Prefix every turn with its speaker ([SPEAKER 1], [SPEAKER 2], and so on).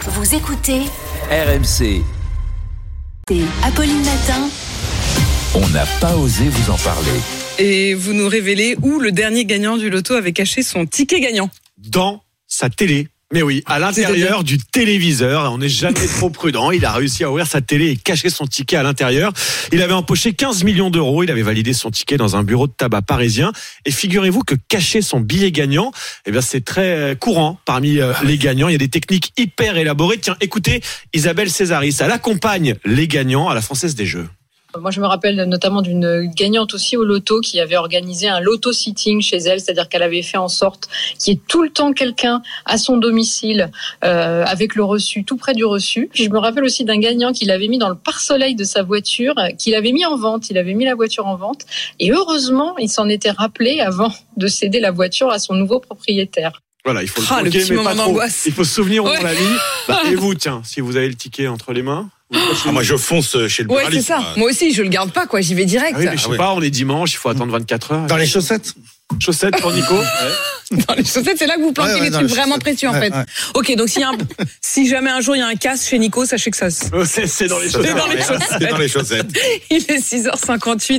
[SPEAKER 1] Vous écoutez
[SPEAKER 2] RMC,
[SPEAKER 1] c'est Apolline Matin.
[SPEAKER 2] on n'a pas osé vous en parler.
[SPEAKER 3] Et vous nous révélez où le dernier gagnant du loto avait caché son ticket gagnant.
[SPEAKER 4] dans sa télé. Mais oui, à l'intérieur du téléviseur, on n'est jamais trop prudent. Il a réussi à ouvrir sa télé et cacher son ticket à l'intérieur. Il avait empoché 15 millions d'euros. Il avait validé son ticket dans un bureau de tabac parisien. Et figurez-vous que cacher son billet gagnant, eh bien, c'est très courant parmi euh, les gagnants. Il y a des techniques hyper élaborées. Tiens, écoutez, Isabelle Césaris, elle accompagne les gagnants à la Française des Jeux.
[SPEAKER 5] Moi, je me rappelle notamment d'une gagnante aussi au loto qui avait organisé un loto-sitting chez elle, c'est-à-dire qu'elle avait fait en sorte qu'il y ait tout le temps quelqu'un à son domicile euh, avec le reçu, tout près du reçu. Puis je me rappelle aussi d'un gagnant qui l'avait mis dans le pare-soleil de sa voiture, euh, qu'il avait mis en vente, il avait mis la voiture en vente. Et heureusement, il s'en était rappelé avant de céder la voiture à son nouveau propriétaire.
[SPEAKER 4] Voilà, il faut le
[SPEAKER 3] Ah, le
[SPEAKER 4] croquer,
[SPEAKER 3] petit
[SPEAKER 4] mais
[SPEAKER 3] moment
[SPEAKER 4] pas trop.
[SPEAKER 3] d'angoisse.
[SPEAKER 4] Il faut se souvenir où
[SPEAKER 3] Ouais.
[SPEAKER 4] on l'a mis. Bah, et vous, tiens, si vous avez le ticket entre les mains. vous
[SPEAKER 6] Ah, moi, je fonce chez le
[SPEAKER 3] Ouais, c'est
[SPEAKER 6] buraliste,
[SPEAKER 3] ça.
[SPEAKER 6] moi.
[SPEAKER 3] Moi aussi, je le garde pas, quoi. J'y vais direct.
[SPEAKER 4] Ah oui, mais je
[SPEAKER 6] Ah
[SPEAKER 4] sais
[SPEAKER 6] ouais.
[SPEAKER 4] pas, on est dimanche, il faut attendre 24 heures.
[SPEAKER 7] Dans les chaussettes
[SPEAKER 4] Chaussettes pour Nico.
[SPEAKER 3] Dans les chaussettes, c'est là que vous plantez
[SPEAKER 7] Ouais, ouais,
[SPEAKER 3] les
[SPEAKER 7] dans
[SPEAKER 3] trucs
[SPEAKER 7] les
[SPEAKER 3] vraiment
[SPEAKER 7] chaussettes.
[SPEAKER 3] précieux, en
[SPEAKER 7] Ouais,
[SPEAKER 3] fait.
[SPEAKER 7] ouais.
[SPEAKER 3] Ok, donc s'il y a un- si jamais un jour il y a un casse chez Nico, sachez que ça. se-
[SPEAKER 4] C'est dans les
[SPEAKER 3] C'est dans les
[SPEAKER 4] chaussettes.
[SPEAKER 3] chaussettes.
[SPEAKER 6] C'est dans les chaussettes.
[SPEAKER 3] Il est 6h58.